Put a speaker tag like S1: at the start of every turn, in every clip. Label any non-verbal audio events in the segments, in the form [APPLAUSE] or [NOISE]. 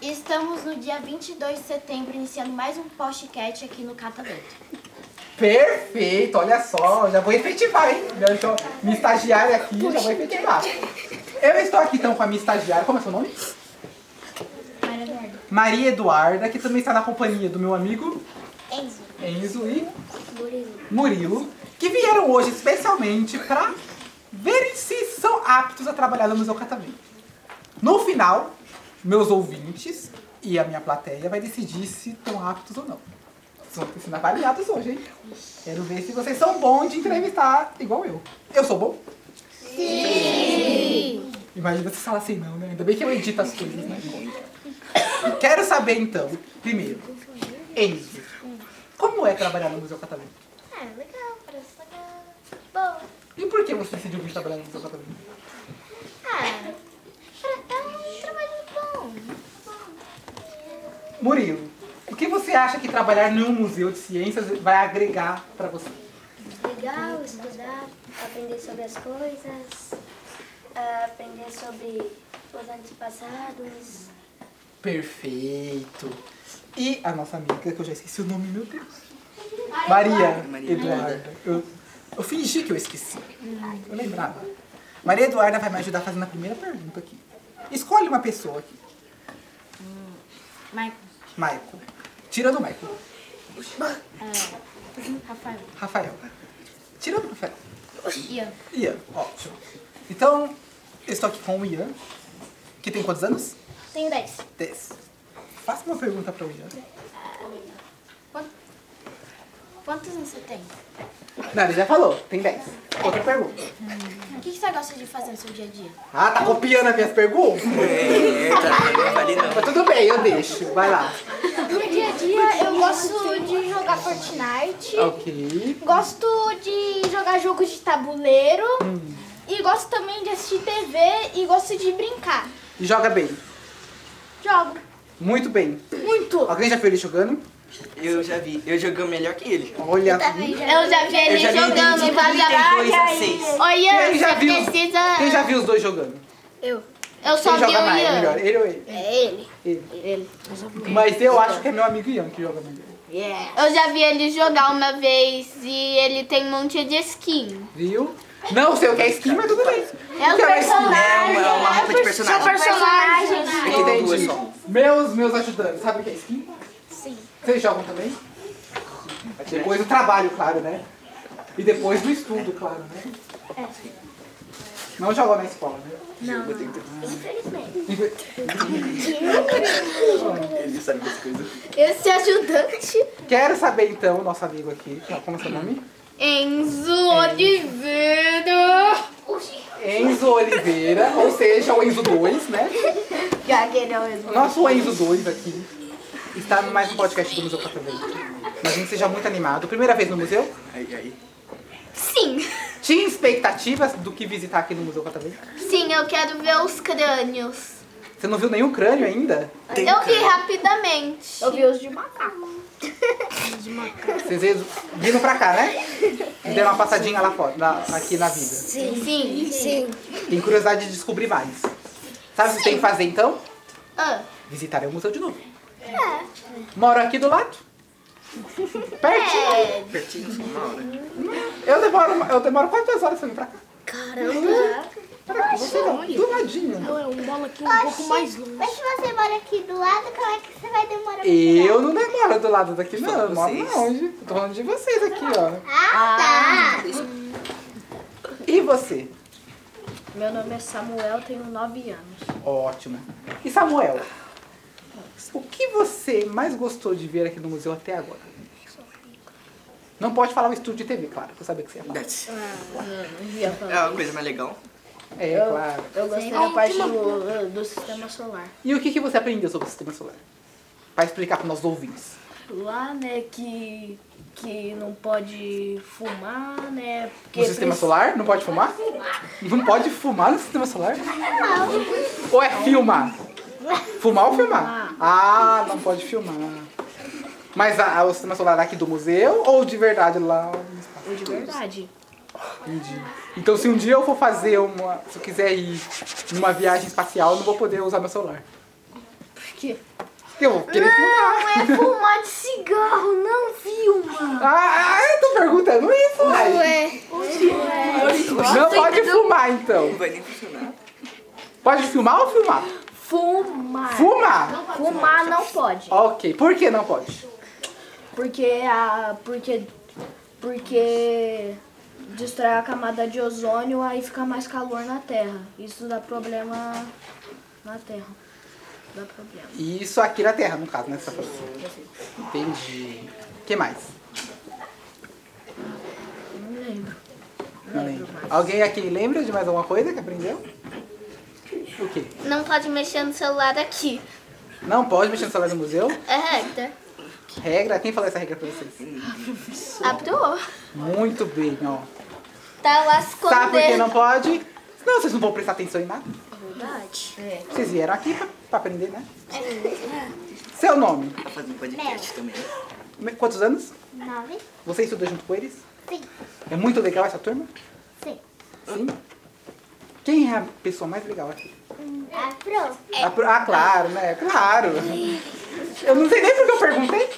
S1: Estamos no dia 22 de setembro, iniciando mais um podcast aqui no Catavento.
S2: Perfeito, olha só, já vou efetivar, hein? Já deixou minha estagiária aqui, já vou efetivar. Eu estou aqui então com a minha estagiária, como é seu nome?
S1: Maravilha.
S2: Maria Eduarda, que também está na companhia do meu amigo
S1: Enzo.
S2: Enzo e
S1: Murilo.
S2: Murilo, que vieram hoje especialmente para verem se são aptos a trabalhar no Museu Catavento. No final, meus ouvintes e a minha plateia vai decidir se estão aptos ou não. São sendo avaliados hoje, hein? Quero ver se vocês são bons de entrevistar igual eu. Eu sou bom? Sim! Imagina se falar assim não, né? Ainda bem que eu edito as coisas, né? Quero saber então, primeiro, Enzo, como é trabalhar no Museu Catavento?
S1: É, legal, parece legal. Bom.
S2: E por que você decidiu vir trabalhar no seu tratamento?
S1: Ah, é um trabalho bom. bom.
S2: Murilo, o que você acha que trabalhar num museu de ciências vai agregar pra você?
S1: Legal estudar, aprender sobre as coisas, Ah, aprender sobre os antepassados.
S2: Perfeito. E a nossa amiga, que eu já esqueci o nome, meu Deus.
S3: Ah,
S2: Maria Eduarda. Eu, eu fingi que eu esqueci. Eu lembrava. Maria Eduarda vai me ajudar fazendo a primeira pergunta aqui. Escolhe uma pessoa aqui.
S3: Marcos,
S2: Maico. Tirando o Maico.
S3: é, Rafael,
S2: Ah. Rafael. Tirando o Rafael.
S3: Ian,
S2: Ian, ótimo. Então, eu estou aqui com o Ian, que tem quantos anos?
S1: Tenho 10.
S2: Dez. Faça uma pergunta para o Ian.
S1: Quantos, quantos anos você tem?
S2: Não, ele já falou, tem 10. Outra pergunta.
S1: O que que você gosta de fazer no seu dia a dia?
S2: Ah, tá copiando as minhas perguntas? Mas tudo bem, eu deixo. Vai lá.
S1: No dia a dia eu gosto de jogar Fortnite,
S2: Ok.
S1: gosto de jogar jogos de tabuleiro e gosto também de assistir TV e gosto de brincar.
S2: E joga bem.
S1: Jogo
S2: Muito bem.
S1: muito.
S2: Alguém já viu ele jogando?
S4: Eu já vi, eu jogo melhor que ele.
S2: Olha.
S5: Tá Eu já vi
S4: Eu
S5: ele
S4: já vi ele
S5: jogando
S4: dividido
S5: vai
S4: em dois a
S5: jogar.
S4: seis.
S5: Ô Ian,
S2: Quem já
S5: você
S2: viu?
S5: Tá precisa.
S2: Quem já viu os dois jogando?
S5: Eu só
S2: Quem
S5: vi o
S2: joga mais?
S5: Ian.
S2: Melhor, ele ou ele?
S5: É ele.
S2: Ele.
S5: Ele.
S2: Mas eu acho que é meu amigo Ian que joga melhor.
S5: Eu já vi ele jogar uma vez e ele tem um monte de skin.
S2: Viu? Não sei o que é skin, mas tudo bem.
S5: É
S2: o
S5: um
S2: que é uma skin?
S4: É uma, uma roupa de
S5: São
S4: personagem.
S5: personagens.
S4: É que tem duas
S2: Entendi.
S4: só.
S2: Meus, meus ajudantes, sabe o que é skin?
S1: Sim.
S2: Vocês jogam também? Depois do trabalho, claro, né? E depois do estudo, claro, né? Não jogam na escola, né?
S1: Infelizmente.
S4: Ele sabe das coisas.
S1: Esse ajudante.
S2: Quero saber então, nosso amigo aqui, como é seu nome?
S5: Enzo Oliveira.
S2: Enzo Oliveira, ou seja, o Enzo 2, né?
S5: Já que ele é o Enzo.
S2: O nosso Enzo 2 aqui está no mais um podcast do Museu Catavento. Imagino que seja muito animado. Primeira vez no museu?
S4: Aí, aí.
S5: Sim.
S2: Tinha expectativas do que visitar aqui no Museu Catavento?
S5: Sim, eu quero ver os crânios.
S2: Você não viu nenhum crânio ainda?
S4: um
S5: eu vi rapidamente.
S1: Eu vi os de macaco.
S2: Vocês viram- viram pra cá, né? E deram uma passadinha lá fora, na- aqui na vida.
S5: Sim. Sim.
S2: Tem curiosidade de descobrir mais. Sabe o que tem que fazer então?
S5: Ah,
S2: Visitar o museu de novo. É. Moro aqui do lado.
S5: É.
S2: Pertinho.
S4: Pertinho, só uma hora.
S2: Eu demoro, uma- eu demoro quase duas horas pra vir pra cá.
S1: Caramba.
S2: Caraca, você não, do ladinho.
S3: Um
S1: Mas se você mora aqui do lado, como é que você vai demorar?
S2: Eu não demoro do lado daqui, não. Eu moro
S4: Vocês?
S2: longe. Eu tô falando de vocês aqui, ó.
S1: Ah,
S2: E você?
S3: meu nome é Samuel, tenho 9 anos.
S2: Ótimo. E Samuel, o que você mais gostou de ver aqui no museu até agora? Não pode falar o estúdio de TV, claro, que eu sabia que você é ia falar.
S4: That's-
S3: Eu,
S4: É uma coisa mais legal.
S2: É, claro.
S3: eu gostei da parte do, do sistema solar.
S2: E o que, que você aprendeu sobre o sistema solar? Para explicar para nossos ouvintes.
S3: Lá, né, que, que não pode fumar, né? Porque
S2: No sistema solar? Não pode fumar? Não pode fumar no sistema solar? Ou é filmar? Fumar ou filmar? Ah, não pode filmar. Mas a, a- o sistema solar aqui do museu ou de verdade lá no espaço?
S3: Ou de verdade.
S2: Entendi. Então se um dia eu for fazer uma. Se eu quiser ir numa viagem espacial, eu não vou poder usar meu celular.
S3: Por quê?
S2: Porque eu vou querer filmar.
S1: Não é fumar de cigarro, não filma.
S2: Ah, ah, eu tô perguntando isso, ué. Não pode filmar então.
S4: Não vai nem funcionar.
S2: Pode filmar ou filmar?
S3: Fumar.
S2: Fumar!
S3: Fumar não pode.
S2: Ok, por que não pode?
S3: Porque a. Porque. Porque destrói a camada de ozônio, aí fica mais calor na Terra. Isso dá problema na Terra. Dá problema.
S2: E Isso aqui na Terra, no caso, né? que você tá falando. Entendi. O que mais?
S3: Não lembro.
S2: Não lembro. Alguém aqui lembra de mais alguma coisa que aprendeu? O quê?
S5: Não pode mexer no celular aqui.
S2: Não pode mexer no celular do museu?
S5: É regra.
S2: Regra? Quem falou essa regra pra vocês?
S5: Abriu.
S2: Muito bem, ó.
S5: Tá lá
S2: Sabe
S1: é?
S2: por que
S5: escondendo.
S2: não pode? Não, vocês não vão prestar atenção em nada.
S5: Verdade.
S2: Vocês vieram aqui pra, pra aprender, né?
S1: É
S2: Seu nome?
S4: Tá fazendo podcast também.
S2: Quantos anos?
S1: Nove?
S2: Você estudou junto com eles?
S1: Sim.
S2: É muito legal essa turma?
S1: Sim.
S2: Sim. Quem é a pessoa mais legal aqui?
S1: Ah, pronto.
S2: Ah, pro- ah, claro, né? Claro. Eu não sei nem porque eu perguntei.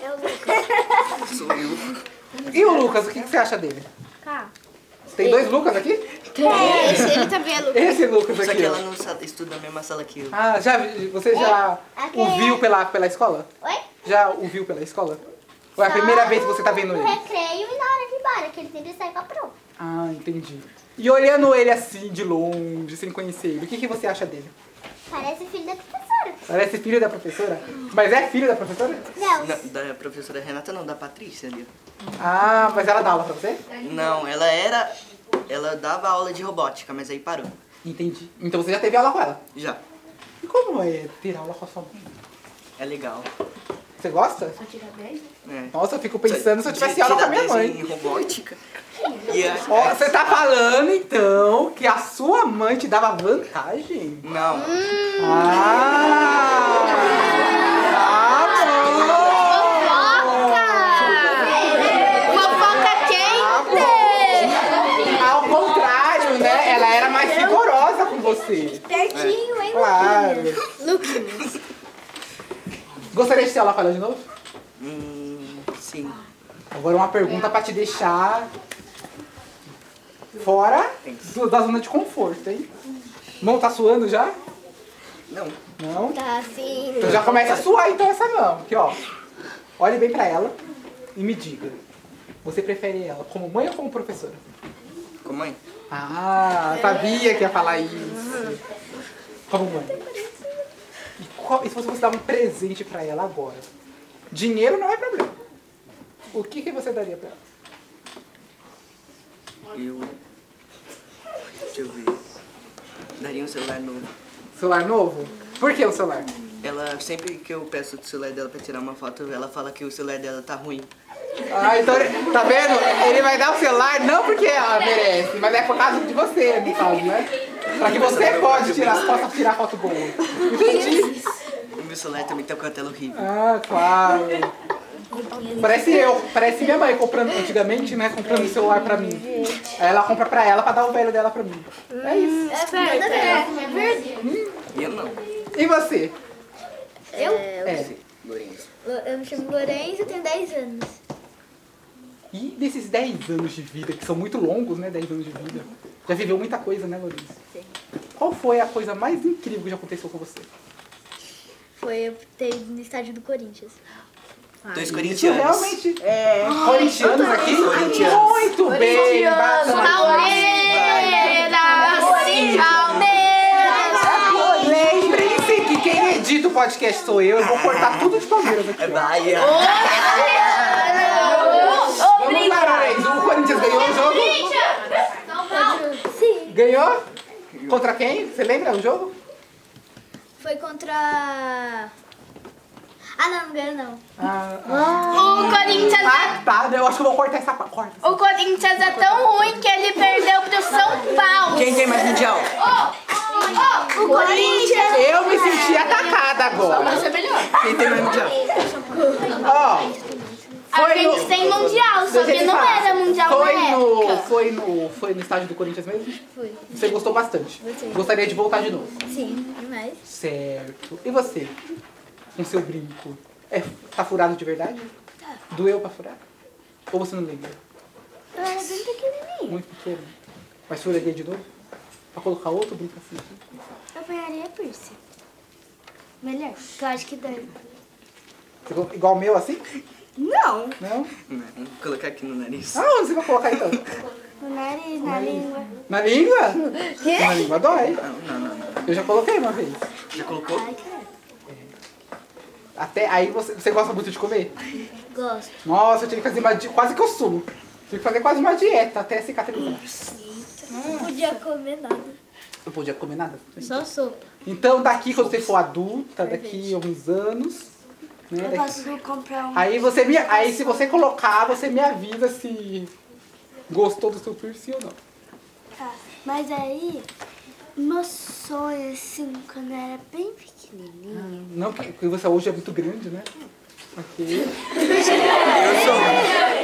S4: Sou eu.
S2: E o Lucas, o que que você acha dele? Tem dois Lucas aqui?
S5: Esse, ele também é louco.
S2: Esse Lucas
S4: Só que
S2: aqui. ó.
S4: ela não sa- estuda na mesma sala que eu.
S2: Ah, já, vi- você já
S5: É,
S1: aquele
S2: o viu pela, pela escola?
S1: Oi?
S2: Já o viu pela escola? Ou é a primeira vez que você tá vendo
S1: No
S2: ele?
S1: recreio e na hora de bar, que ele sempre sai com a prova.
S2: Ah, entendi. E olhando ele assim, de longe, sem conhecer ele, o que, que você acha dele?
S1: Parece filho da professora.
S2: Parece filho da professora? Mas é filho da professora?
S1: Não.
S4: Na- da professora Renata, não, da Patrícia ali. ó.
S2: Ah, mas ela dá aula pra você?
S4: Não, ela era. Ela dava aula de robótica, mas aí parou.
S2: Entendi. Então você já teve aula com ela.
S4: Já.
S2: E como é ter aula com a sua mãe?
S4: É legal.
S2: Você gosta?
S4: né?
S2: Nossa, eu fico pensando se eu tivesse
S4: Tira-
S2: aula com a
S4: tira
S2: minha
S4: 10
S2: mãe.
S4: Em robótica. E a-
S2: Ó, você tá falando então que a sua mãe te dava vantagem?
S4: Não,
S2: Ah!
S5: Fofoca quem?
S2: Ao contrário, né? Ela era mais rigorosa com você.
S1: Pertinho, hein?
S2: Claro. Gostaria de ter ela falar de novo?
S4: Hum, sim.
S2: Agora uma pergunta pra te deixar fora do- da zona de conforto, hein? Mão tá suando já?
S4: Não.
S2: Não?
S5: Tá assim.
S2: Então já começa a suar então essa mão. Aqui, ó. Olhe bem pra ela e me diga. Você prefere ela como mãe ou como professora?
S4: Com mãe?
S2: Ah,
S5: É.
S2: sabia que ia falar isso. Como mãe. E, qual- e se você fosse dar um presente pra ela agora? Dinheiro não é problema. O que, que você daria pra ela?
S4: Eu. Deixa eu ver. Daria um celular novo.
S2: Celular novo? Por que o celular?
S4: Ela, sempre que eu peço do celular dela pra tirar uma foto, ela fala que o celular dela tá ruim.
S2: Ah, então, ele- tá vendo? Ele vai dar o celular não porque ela merece, mas é por causa de você, no caso, né? Pra que você pode tirar, possa tirar foto boa. Entendi.
S4: O meu celular também tá com a tela horrível.
S2: Ah, claro. Parece eu, parece minha mãe comprando antigamente, né? Comprando um celular pra mim. Aí ela compra pra ela pra dar o velho dela pra mim. É isso.
S4: E eu não.
S2: E você?
S1: Eu?
S2: É.
S4: Lourenço.
S1: Eu me chamo Lourenço, tenho 10 anos.
S2: E desses 10 anos de vida, que são muito longos, né? 10 anos de vida. Já viveu muita coisa, né, Lourenço? Sim. Qual foi a coisa mais incrível que já aconteceu com você?
S1: Foi eu ter ido no estádio do Corinthians.
S4: Dois
S2: Isso
S4: corintianos.
S2: realmente. É. Corintianos aqui?
S4: Corintianos.
S2: Muito bem. Bacana.
S5: Palmeiras! Palmeiras!
S2: Lembrem-se que quem edita o podcast sou eu. Eu vou cortar tudo de Palmeiras aqui.
S4: É Bahia.
S2: Vamos lá, Lorenzo. O Corinthians ganhou o jogo?
S1: Ah, Sim.
S2: Ganhou? Contra quem? Você lembra o jogo?
S1: Foi contra. Ah, não, não ganhou não.
S2: Ah,
S5: O Corinthians é
S2: ah, tá. Eu acho que eu vou cortar essa parte. Corta.
S5: O Corinthians é tão ruim que ele perdeu pro São Paulo.
S4: Quem tem mais mundial?
S5: O Corinthians.
S2: Eu me senti atacada agora.
S5: Isso é melhor.
S4: Quem tem mais mundial?
S2: um Ó,
S5: A
S2: Foi
S5: gente
S2: no-
S5: tem mundial, só
S2: Deixa eu
S5: que
S2: te
S5: não
S2: falar.
S5: era mundial
S2: foi
S5: na
S2: no,
S5: época.
S2: Foi no, foi no estádio do Corinthians mesmo?
S1: Fui.
S2: Você gostou bastante?
S1: Gostei.
S2: Gostaria de voltar de novo?
S1: Sim, demais.
S2: Certo. E você? Com seu brinco? É, tá furado de verdade? Doeu pra furar? Ou você não lembra?
S1: Ah, Eu era bem pequenininho.
S2: Muito pequeno. Mas furaria de novo? Pra colocar outro brinco assim?
S1: Eu apanharia a piercing. Melhor, que eu acho que dói.
S2: Você colocou Igual o meu assim?
S1: Não!
S2: Não?
S4: Vamos colocar aqui no nariz.
S2: Ah, onde você vai colocar então?
S1: No nariz, na língua.
S2: Na língua? Na língua dói.
S4: Não, não, não, não.
S2: Eu já coloquei uma vez.
S4: Já colocou?
S2: Até aí você, você gosta muito de comer?
S1: Gosto.
S2: Nossa, eu tive que fazer uma di- quase que eu sumo. Tive que fazer quase uma dieta até cicatrizar.
S1: Não podia comer nada.
S2: Não podia comer nada.
S1: Só sopa.
S2: Então daqui quando você for adulta, daqui a uns anos, né, daqui-
S1: de comprar um.
S2: aí você me, aí se você colocar, você me avisa se gostou do seu piercing ou não.
S1: Ah, Mas aí, meu sonho, assim, quando eu era bem pequenininho.
S2: Não que que você hoje é muito grande, né? Ok.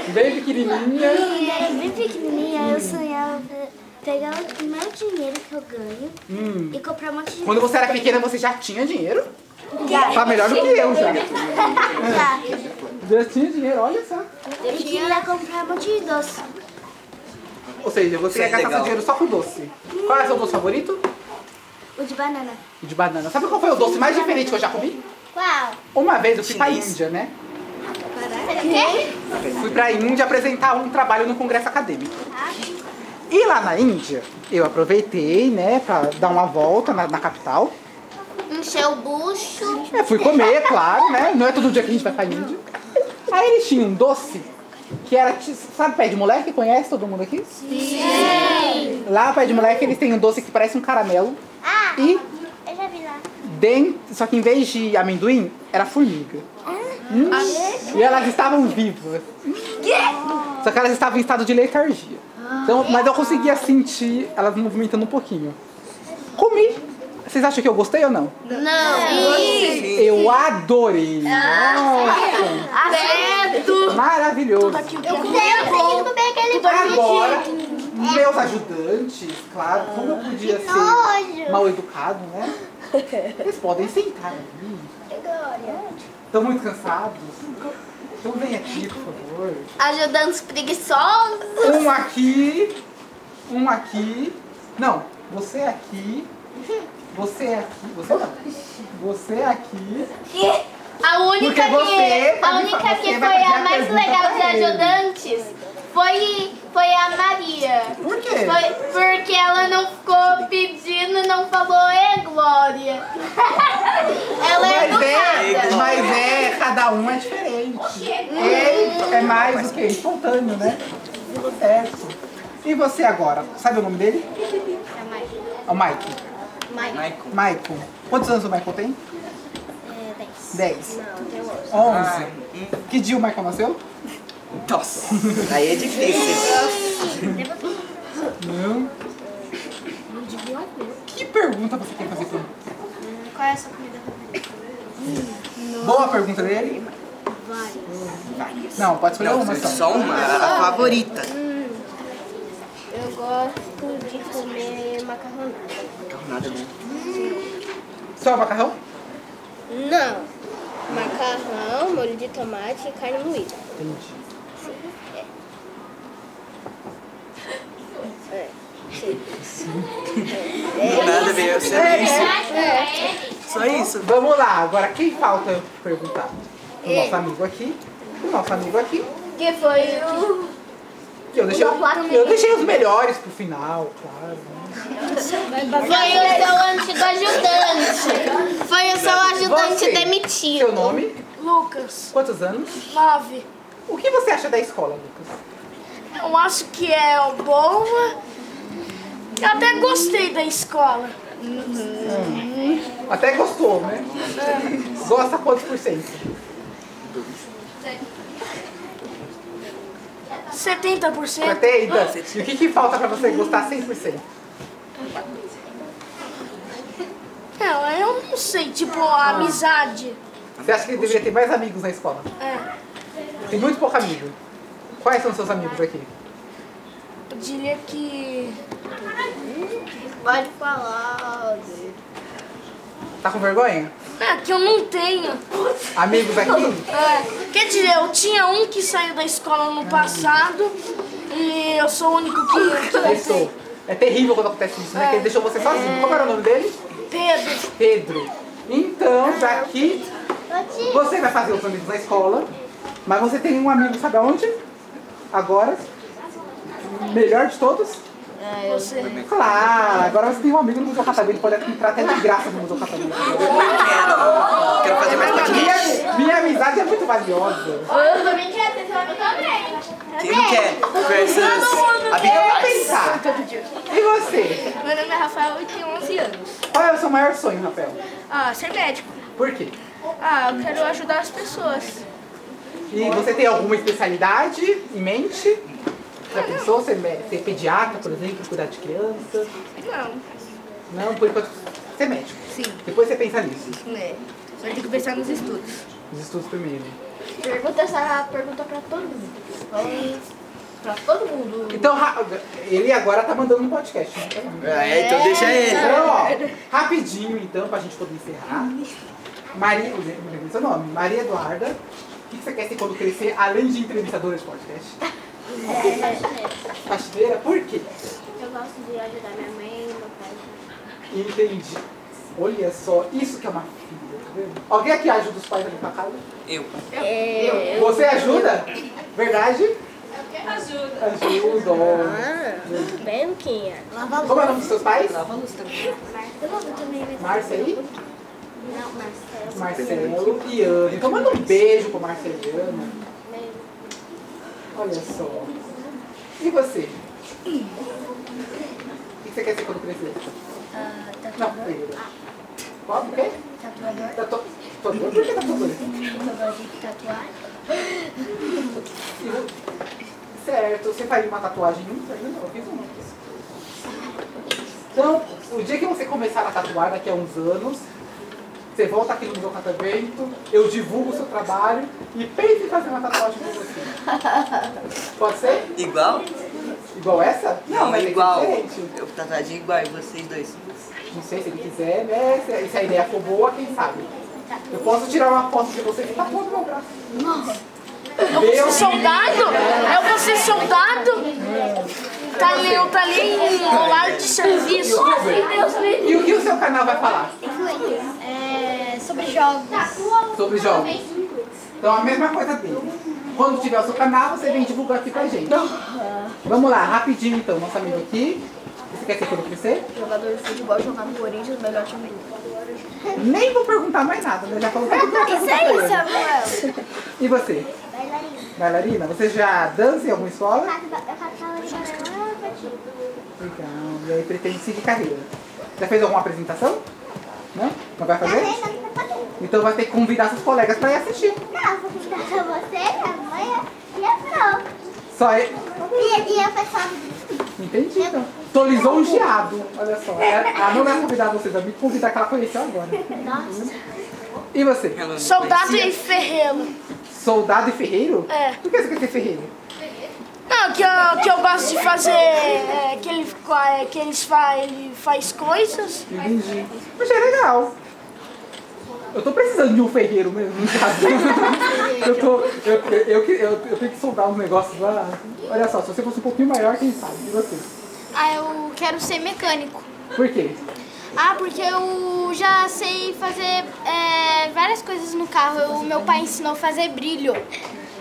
S2: Bem pequenininha.
S1: Quando eu era bem pequenininha,
S2: Hum.
S1: eu sonhava pra pegar o meu dinheiro que eu ganho
S2: Hum.
S1: e comprar um monte de
S2: Quando você era pequena, você já tinha dinheiro? Tá melhor do que eu já.
S1: coisa.
S2: Já tinha dinheiro, olha só.
S1: E queria comprar um monte de doce.
S2: Ou seja, você
S4: Isso é
S2: ia gastar seu
S4: legal.
S2: dinheiro só com doce. Qual é o seu doce favorito?
S1: O de banana.
S2: O De banana. Sabe qual foi o doce mais diferente que eu já comi?
S1: Qual?
S2: Uma vez eu fui pra
S4: Chinês.
S2: Índia, né?
S1: Quê?
S2: Fui pra Índia apresentar um trabalho no congresso acadêmico. E lá na Índia, eu aproveitei, né, pra dar uma volta na, na capital.
S5: Encheu o bucho.
S2: Eu fui comer,
S1: [LAUGHS]
S2: é claro, né? Não é todo dia que a gente vai pra Índia. Aí eles tinham um doce que era, ti- sabe pé de moleque? Conhece todo mundo aqui? Sim! Lá, pé de moleque, eles têm um doce que parece um caramelo.
S1: Ah,
S2: E
S1: eu já vi lá.
S2: Dent- só que em vez de amendoim, era formiga.
S1: Ah,
S2: Hum.
S1: é?
S2: E elas estavam vivas. Só que elas estavam em estado de letargia. Então, mas eu conseguia sentir elas movimentando um pouquinho. Comi. Vocês acham que eu gostei ou não?
S5: Não.
S2: Eu adorei. Nossa,
S5: Certo.
S2: maravilhoso.
S1: Eu comecei tudo bem aquele
S2: Agora, meus ajudantes, claro, como eu podia ser
S1: nojo.
S2: mal educado, né? Eles podem sentar ali. Estão muito cansados? Então vem aqui, por favor.
S5: Ajudantes preguiçosos.
S2: Um aqui, um aqui. Não, você é aqui. Você é aqui. Você não. Você é aqui.
S5: A única
S2: Porque você
S5: que,
S2: vai
S5: a
S2: me
S5: única
S2: fa-
S5: que
S2: você
S5: foi
S2: vai fazer
S5: a
S2: a
S5: mais
S2: pergunta
S5: legal de
S2: pra ele.
S5: ajudantes foi, foi a Maria.
S2: Por quê?
S5: Foi porque ela não ficou pedindo, não falou, é Glória. [LAUGHS] ela é
S2: Mas é,
S5: educada.
S2: mas é, cada um é diferente. É, é mais o que? Espontâneo, né? Certo. E você agora? Sabe o nome dele? É o Mike.
S4: Michael.
S2: Maicon. Quantos anos o Maicon tem? É, Dez. Onze.
S4: Ah,
S2: Que dia o Maicon nasceu?
S4: Nossa. Aí é difícil.
S2: Não. Que pergunta você quer fazer pra mim?
S1: Qual é a sua comida
S2: Boa pergunta dele? Várias. Não, pode escolher
S4: Não, é
S2: uma só.
S4: só uma. A favorita.
S1: Eu gosto de comer macarronada.
S4: Nada bom.
S2: Só macarrão?
S1: Não. Macarrão, molho de tomate e carne moída.
S2: Entendi.
S4: Nada a ver, você é isso. Só isso.
S2: Vamos lá, agora quem falta perguntar? O nosso amigo aqui. O nosso amigo aqui.
S5: Que foi o...
S2: Que eu deixei,
S5: meu plato
S2: eu deixei os melhores pro final, claro. né?
S5: Foi o seu antigo ajudante. Foi o seu ajudante
S2: Você,
S5: demitido.
S2: Seu nome?
S6: Lucas,
S2: Quantos anos?
S6: 9.
S2: O que você acha da escola, Lucas?
S6: Eu acho que é boa. Eu até gostei da escola.
S2: Hum. Até gostou, né?
S6: É.
S2: Gosta quantos por cento?
S6: 70%.
S2: Até ainda.
S6: Ah.
S2: E o que, que falta pra você gostar 100%?
S6: Não, eu não sei, tipo, a amizade.
S2: Você acha que deveria ter mais amigos na escola?
S6: É.
S2: Tem muito pouco amigo. Quais são seus amigos aqui?
S6: Eu diria que.
S1: Pode falar.
S2: Tá com vergonha?
S6: É, que eu não tenho.
S2: Amigos aqui?
S6: É, quer dizer, eu tinha um que saiu da escola no passado e eu sou o único que, que não
S2: Isso.
S6: tem.
S2: É terrível quando acontece isso, né? Que ele deixou você sozinho. Qual era o nome dele?
S6: Pedro,
S2: Pedro. Então, daqui,
S1: Tati,
S2: você vai fazer os amigos na escola, mas você tem um amigo, sabe aonde? Agora? Melhor de todos?
S6: você.
S2: Claro, agora você tem um amigo no Museu Catavento, pode entrar até de graça no Museu Catavento.
S4: né? Quero, quero fazer mais parte.
S2: Minha, minha amizade é muito valiosa.
S5: Eu também quero ter seu amigo também.
S4: Quem não quer? Versus. A
S2: Eu
S4: Bia
S2: vou pensar. E você?
S5: Meu nome é Rafael e tenho 11 anos.
S2: Qual é o seu maior sonho, Rafael?
S5: Ah, ser médico.
S2: Por quê?
S5: Ah, eu quero ajudar as pessoas.
S2: E você tem alguma especialidade em mente? Já pensou ser, mé- ser pediatra, por exemplo, cuidar de criança?
S5: Não,
S2: Não, por enquanto, ser médico.
S5: sim,
S2: Depois você pensa nisso,
S5: né? Mas tem que pensar nos estudos.
S2: nos estudos primeiro.
S1: pergunta essa pergunta pra todo mundo. Vamos pra todo mundo.
S2: Então, ra- ele agora tá mandando um podcast. né? Tá bom.
S4: É, então deixa ele.
S2: Então, ó, rapidinho então, pra gente poder encerrar. Maria, eu lembro seu nome, Maria Eduarda. O que que você quer ser quando crescer, além de entrevistadora de podcast? Faxineira, por quê?
S1: É. Eu gosto de ajudar minha mãe e meu pai.
S2: Entendi. Olha só, isso que é uma filha, tá vendo? Alguém aqui ajuda os pais ali pra casa?
S4: Eu.
S2: Você ajuda? Verdade? Ajuda. Ajuda.
S1: Ah, Bem, Luquinha.
S2: Como é o nome dos seus pais?
S1: Eu vou também, mas
S2: Marcelo,
S1: não, mas
S2: Marcelo e Ana. Então manda um beijo pro Marcelo e Ana. Olha só. E você? O que você quer ser quando crescer?
S3: Ah,
S2: Não, primeiro. Qual? O quê?
S3: Tatuador,
S2: Tatu- Tatuador? Por que tatuador?
S3: tatuador de tatuagem.
S2: Certo, você faria uma tatuagem em um? Não, eu fiz uma. Então, o dia que você começar a tatuar daqui a uns anos, você volta aqui no Museu Catavento, eu divulgo o seu trabalho e pense em fazer uma tatuagem com você. Pode ser?
S4: Igual?
S2: Igual essa? mas tem que ser
S4: igual.
S2: diferente.
S4: Eu tratadinho igual, e vocês dois.
S2: Não sei se ele quiser, né? Se, se a ideia for boa, quem sabe? Eu posso tirar uma foto de você que tá todo meu braço. Nossa.
S6: Você é soldado? Eu vou ser soldado? Tá ali, eu tá ali em horário de serviço.
S2: E o que o seu canal vai falar
S1: É, sobre jogos.
S2: sobre jogos? Então a mesma coisa dele. Quando tiver o seu canal, você vem divulgar aqui pra gente. Vamos lá, rapidinho então, nosso amigo aqui. Você quer ser quando crescer?
S3: Jogador de futebol, jogar no Corinthians, melhor time.
S2: Nem vou perguntar mais nada, né? Já falou tudo que eu ia perguntar pra ele.
S1: é Samuel.
S2: E você?
S1: Vai lá, Lili.
S2: Bailarina, você já dança em alguma escola?
S1: Eu catava de banana pra ti.
S2: Legal. Então, E aí pretende seguir carreira. Já fez alguma apresentação? Não? Não
S1: "Tá
S2: vai fazer? Então vai ter que convidar seus colegas pra ir assistir.
S1: Não, eu vou convidar só você, minha mãe Tá e a Fran.
S2: Só é...
S1: E, e a pessoa.
S2: Entendi, então. Tô lisonjeado. Olha só. é- A não vai convidar vocês, vai me convidar que ela conheceu agora. E você?
S4: Ela não
S2: um
S6: Soldado
S4: conhecia.
S6: e ferreiro.
S2: Soldado e ferreiro?
S6: É.
S2: Por que você quer ser ferreiro?
S6: Não, que eu, que eu gosto de fazer é, que, ele, fa- que eles fa, ele faz coisas.
S2: Entendi. Achei é legal. Eu tô precisando de um ferreiro mesmo em casa.
S6: [LAUGHS]
S2: eu, tô, eu, eu, eu, eu- eu tenho que soldar uns negócios lá. Olha só, se você fosse um pouquinho maior, quem sabe? E você?
S7: Ah, eu quero ser mecânico.
S2: Por quê?
S7: Ah, porque eu já sei fazer é, várias coisas no carro. Eu- O meu pai ensinou a fazer brilho.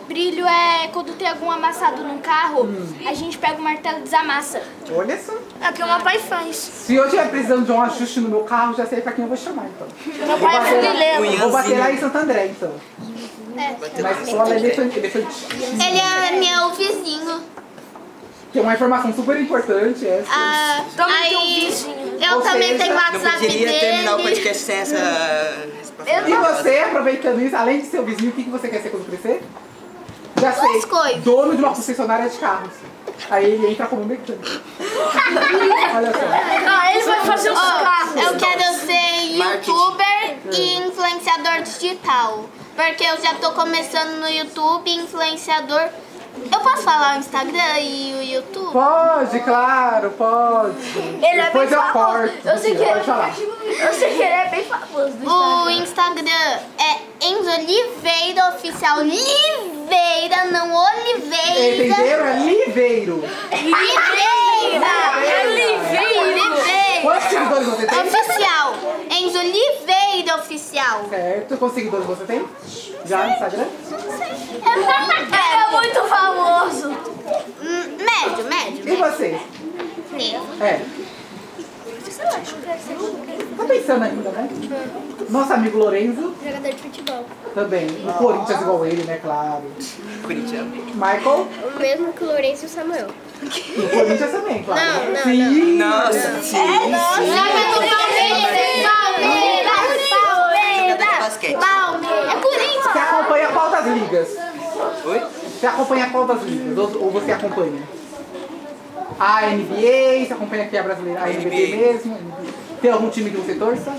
S7: Brilho é quando tem algum amassado no carro, a gente pega o martelo e desamassa.
S2: Olha só.
S6: É o que o meu pai faz.
S2: Se eu estiver precisando de um ajuste no meu carro, já sei pra quem eu vou chamar, então.
S6: Meu pai é fudileiro.
S4: Cunhãozinho.
S2: Vou bater lá em Santo André, então.
S3: Tá
S4: Bateu na
S2: Mas só um é lá
S4: frente.
S2: elefante, elefante.
S7: Ele é meu vizinho.
S2: Que é uma informação super importante essa.
S3: Ah,
S5: Ah,
S6: Também tem um vizinho.
S2: eu Ou também seja, tenho
S4: Não poderia terminar o podcast sem essa.
S2: E você, aproveitando isso, além de ser o vizinho, o que que você quer ser quando crescer? Já sei.
S7: Duas coisas.
S2: Dono de uma concessionária de carros. Aí ele entra como mecânico. Olha só.
S6: Ah, ele vai fazer os carros.
S7: Eu quero ser
S4: Marketing. É.
S7: youtuber
S5: E influenciador digital. Porque eu já tô começando no YouTube, influenciador. Eu posso falar o Instagram e o YouTube?
S2: Pode, claro, pode.
S3: Ele é
S2: Depois
S3: bem
S2: eu
S3: famoso.
S2: corto. assim,
S3: Eu sei que
S2: Pode falar.
S3: ele, eu sei que ele é bem famoso. do
S5: O
S3: Instagram.
S5: Instagram é Enzo Oliveira Oficial. Oliveira, não Oliveira.
S2: Entenderam? É Liveiro.
S3: É.
S5: Oliveira! Ah, é Oliveira!
S2: Quantos seguidores você tem?
S5: Oficial. Enzo Oliveira Oficial.
S2: Certo. Quantos seguidores você tem? Já no Instagram?
S5: É muito famoso. Hum, Médio, médio.
S2: E você? É. Tá pensando ainda, né? Nosso amigo Lorenzo
S7: Jogador de futebol.
S2: também. O Corinthians igual ele, né? Claro.
S4: Corintiano.
S2: Michael,
S7: O mesmo que o Lourenço e o Samuel.
S2: o Corinthians também, claro.
S7: Não, não,
S2: Sim.
S4: Nossa, sim, sim.
S5: é Palmeiras, Palmeiras,
S4: Jogador de basquete.
S5: Palmeiras. É Corinthians.
S2: Você acompanha qual das ligas?
S4: Oi?
S2: Você acompanha qual das ligas? Ou, ou você acompanha? A NBA, você acompanha aqui a brasileira? A NBA
S4: NBA.
S2: mesmo? Tem algum time que você torça?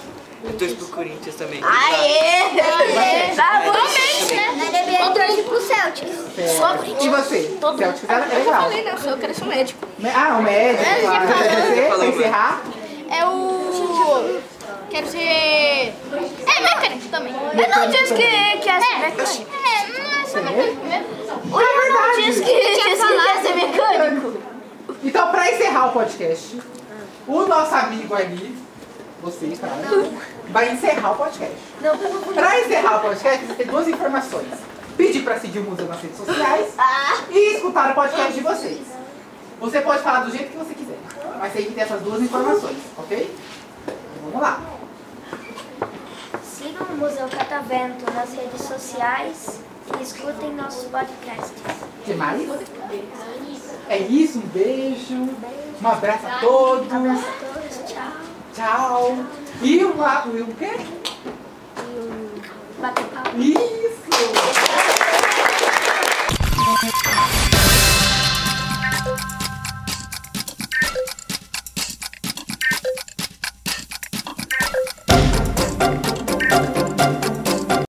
S4: Eu torço pro Corinthians também.
S5: Aê! Palmeiras, né?
S7: Eu torço pro Celtic.
S2: Certo. E você? Celtics é legal.
S7: não, eu quero ser
S5: um
S7: médico.
S2: Ah, o médico, claro. Você, pra
S4: falou.
S2: encerrar?
S7: É o... Quero ser... É mecânico também.
S2: Eu não disse que-
S7: que é mecânico. É, não é só mecânico mesmo.
S2: É verdade.
S7: Tinha falado. ser mecânico.
S2: Então, pra encerrar o podcast, o nosso amigo ali, você, claro, vai encerrar o podcast. Pra encerrar o podcast, você tem duas informações. Pedir pra seguir o museu nas redes sociais
S7: Ah.
S2: e escutar o podcast de vocês. Você pode falar do jeito que você quiser, mas tem que ter essas duas informações, ok? Então, Vamos lá.
S8: Sigam o Museu Catavento nas redes sociais e escutem nossos podcasts.
S2: O que mais? É isso, um beijo, um abraço a todos.
S8: Abraço a todos, tchau.
S2: Tchau. E o, e o quê?
S8: Bater palma.
S2: Isso.